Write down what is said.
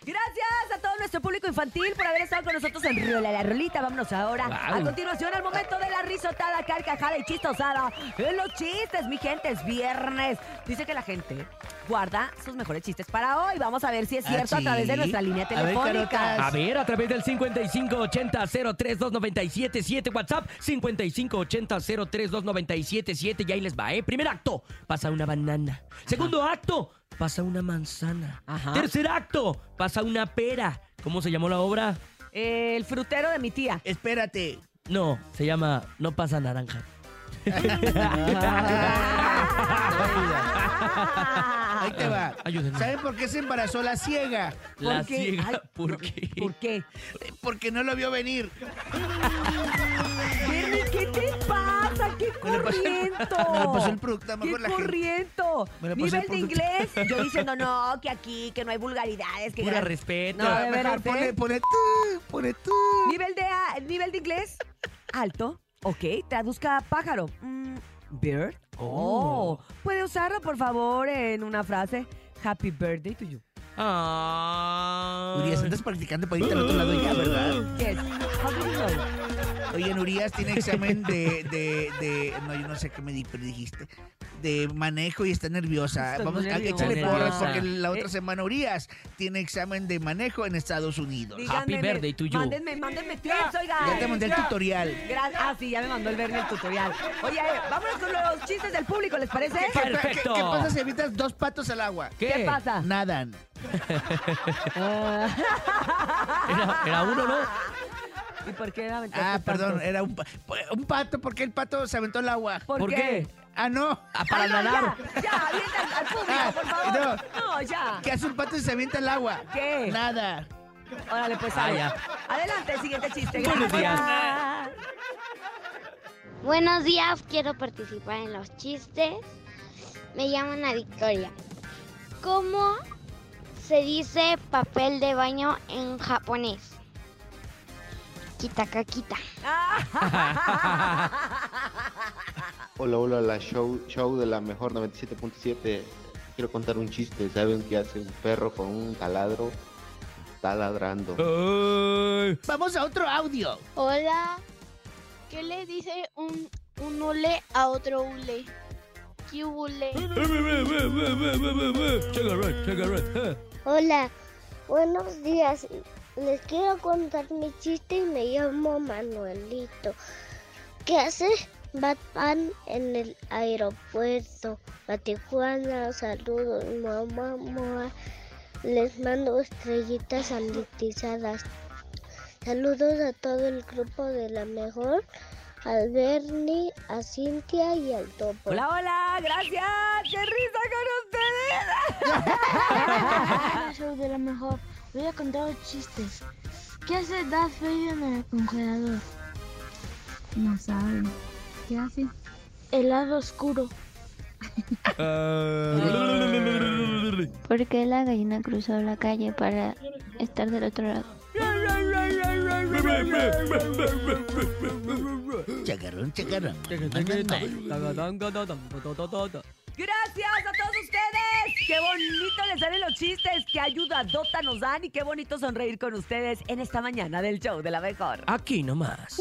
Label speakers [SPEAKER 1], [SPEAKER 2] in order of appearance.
[SPEAKER 1] Gracias a todo nuestro público infantil por haber estado con nosotros en Rola la Rolita. Vámonos ahora.
[SPEAKER 2] Claro.
[SPEAKER 1] A continuación, al momento de la risotada, carcajada y chistosada. En los chistes, mi gente, es viernes. Dice que la gente guarda sus mejores chistes para hoy. Vamos a ver si es
[SPEAKER 3] Ah,
[SPEAKER 1] cierto a
[SPEAKER 3] sí.
[SPEAKER 1] través de nuestra línea
[SPEAKER 3] A ver, Carota, Ah.
[SPEAKER 1] telefónica.
[SPEAKER 2] A ver, a través del 5580-032977, WhatsApp 5580-032977, y ahí les va, ¿eh? Primer acto, pasa una banana. Segundo acto, pasa una manzana.
[SPEAKER 1] Ajá.
[SPEAKER 2] Tercer acto, pasa una pera. ¿Cómo se llamó la obra?
[SPEAKER 1] El frutero de mi tía.
[SPEAKER 3] Espérate.
[SPEAKER 2] No, se llama No pasa naranja.
[SPEAKER 3] Ah. Ahí te va.
[SPEAKER 2] Ayúdenme.
[SPEAKER 3] ¿Saben por qué se embarazó la ciega?
[SPEAKER 1] ¿Por
[SPEAKER 2] La
[SPEAKER 1] qué?
[SPEAKER 2] ciega,
[SPEAKER 1] Ay,
[SPEAKER 2] ¿por qué?
[SPEAKER 1] ¿Por qué?
[SPEAKER 3] Porque no lo vio venir.
[SPEAKER 1] Bernie, ¿qué te pasa? ¡Qué
[SPEAKER 3] Me la pasé-
[SPEAKER 1] corriento!
[SPEAKER 3] me la pasó el producto, a lo
[SPEAKER 1] ¡Qué
[SPEAKER 3] mejor la gente-
[SPEAKER 1] corriento!
[SPEAKER 3] Me la pasó
[SPEAKER 1] Nivel
[SPEAKER 3] el
[SPEAKER 1] de
[SPEAKER 3] producto.
[SPEAKER 1] inglés. Yo diciendo, no, que aquí, que no hay vulgaridades. que
[SPEAKER 2] Pura
[SPEAKER 1] gran-
[SPEAKER 2] respeto.
[SPEAKER 1] No, de
[SPEAKER 3] Ah, Mejor
[SPEAKER 1] veras,
[SPEAKER 3] pone,
[SPEAKER 1] ¿eh?
[SPEAKER 3] pone tú, pone tú.
[SPEAKER 1] Nivel de, ah, nivel de inglés alto. Ok, traduzca pájaro. Mm, bird. Oh.
[SPEAKER 2] Oh.
[SPEAKER 1] ¿Puede usarlo, por favor, en una frase? Happy birthday to you.
[SPEAKER 2] Ay.
[SPEAKER 3] Urias, andas practicando para irte al otro lado ya, ¿verdad?
[SPEAKER 1] Yes. How do you know?
[SPEAKER 3] Oye, en Urias tiene examen de, de, de- No, yo no sé qué me di- pero dijiste. De manejo y está nerviosa.
[SPEAKER 1] Estoy
[SPEAKER 3] Vamos,
[SPEAKER 1] muy
[SPEAKER 3] a-
[SPEAKER 1] nerviosa.
[SPEAKER 3] échale porras porque la
[SPEAKER 1] Eh.
[SPEAKER 3] otra semana Urias tiene examen de manejo en Estados Unidos.
[SPEAKER 1] Díganme,
[SPEAKER 2] birthday to you.
[SPEAKER 1] Mándenme, mándenme tips, oiga.
[SPEAKER 3] Ya te mandé el tutorial.
[SPEAKER 1] Gracias. Ah, sí, ya me mandó el Bernie el tutorial. Oye, eh, vámonos con los chistes del público, ¿les parece?
[SPEAKER 2] pa-
[SPEAKER 3] ¿Qué, qué-
[SPEAKER 2] Perfecto.
[SPEAKER 3] qué pasa si evitas dos patos al agua?
[SPEAKER 2] ¿Qué?
[SPEAKER 1] ¿Qué pasa?
[SPEAKER 3] Nadan.
[SPEAKER 2] Era, era uno, ¿no?
[SPEAKER 1] ¿Y por qué aventaste
[SPEAKER 3] Ah,
[SPEAKER 1] tantos?
[SPEAKER 3] perdón, era un, pa- un pato. ¿Por qué el pato se aventó al agua?
[SPEAKER 1] ¿Por,
[SPEAKER 2] ¿Por
[SPEAKER 1] qué?
[SPEAKER 2] qué?
[SPEAKER 3] Ah, no.
[SPEAKER 2] Ah, para
[SPEAKER 1] Ay, no,
[SPEAKER 2] nadar.
[SPEAKER 1] Ya, ya, avientan al público, por favor. No, ya.
[SPEAKER 3] ¿Qué hace un pato si se avienta al agua?
[SPEAKER 1] ¿Qué?
[SPEAKER 3] Nada.
[SPEAKER 1] Órale, pues
[SPEAKER 2] Ah,
[SPEAKER 1] sale.
[SPEAKER 2] ya.
[SPEAKER 1] Adelante, siguiente chiste.
[SPEAKER 2] Buenos días.
[SPEAKER 1] Gracias.
[SPEAKER 4] Buenos días, quiero participar en los chistes. Me llamo Ana Victoria. ¿Cómo se dice papel de baño en japonés? Kitaka kita.
[SPEAKER 5] Hola, hola, la show, show de la mejor 97.7. Quiero contar un chiste. ¿Saben qué hace un perro con un taladro? Está ladrando.
[SPEAKER 2] Ay.
[SPEAKER 3] Vamos a otro audio.
[SPEAKER 6] Hola. ¿Qué le dice un, un hule a otro hule? ¿Qué hule?
[SPEAKER 7] Hola, buenos días. Les quiero contar mi chiste y me llamo Manuelito. ¿Qué hace Batman en el aeropuerto? A Tijuana, saludos, mamá, mamá. Les mando estrellitas sanitizadas. Saludos a todo el grupo de la mejor, al Bernie, a Cintia y al Topo.
[SPEAKER 1] Hola, hola, gracias. ¡Qué risa con ustedes!
[SPEAKER 8] Ah, Soy de la mejor. Voy a contar los chistes. ¿Qué hace Darth Vader en el congelador? No saben. ¿Qué hace? El lado oscuro.
[SPEAKER 7] ¿Por qué la gallina cruzó la calle para estar del otro lado?
[SPEAKER 3] Chacarrón, chacarrón.
[SPEAKER 1] Gracias a todos ustedes. Qué bonito les salen los chistes. Qué ayudadota nos dan y qué bonito sonreír con ustedes en esta mañana del show de la mejor.
[SPEAKER 2] Aquí nomás.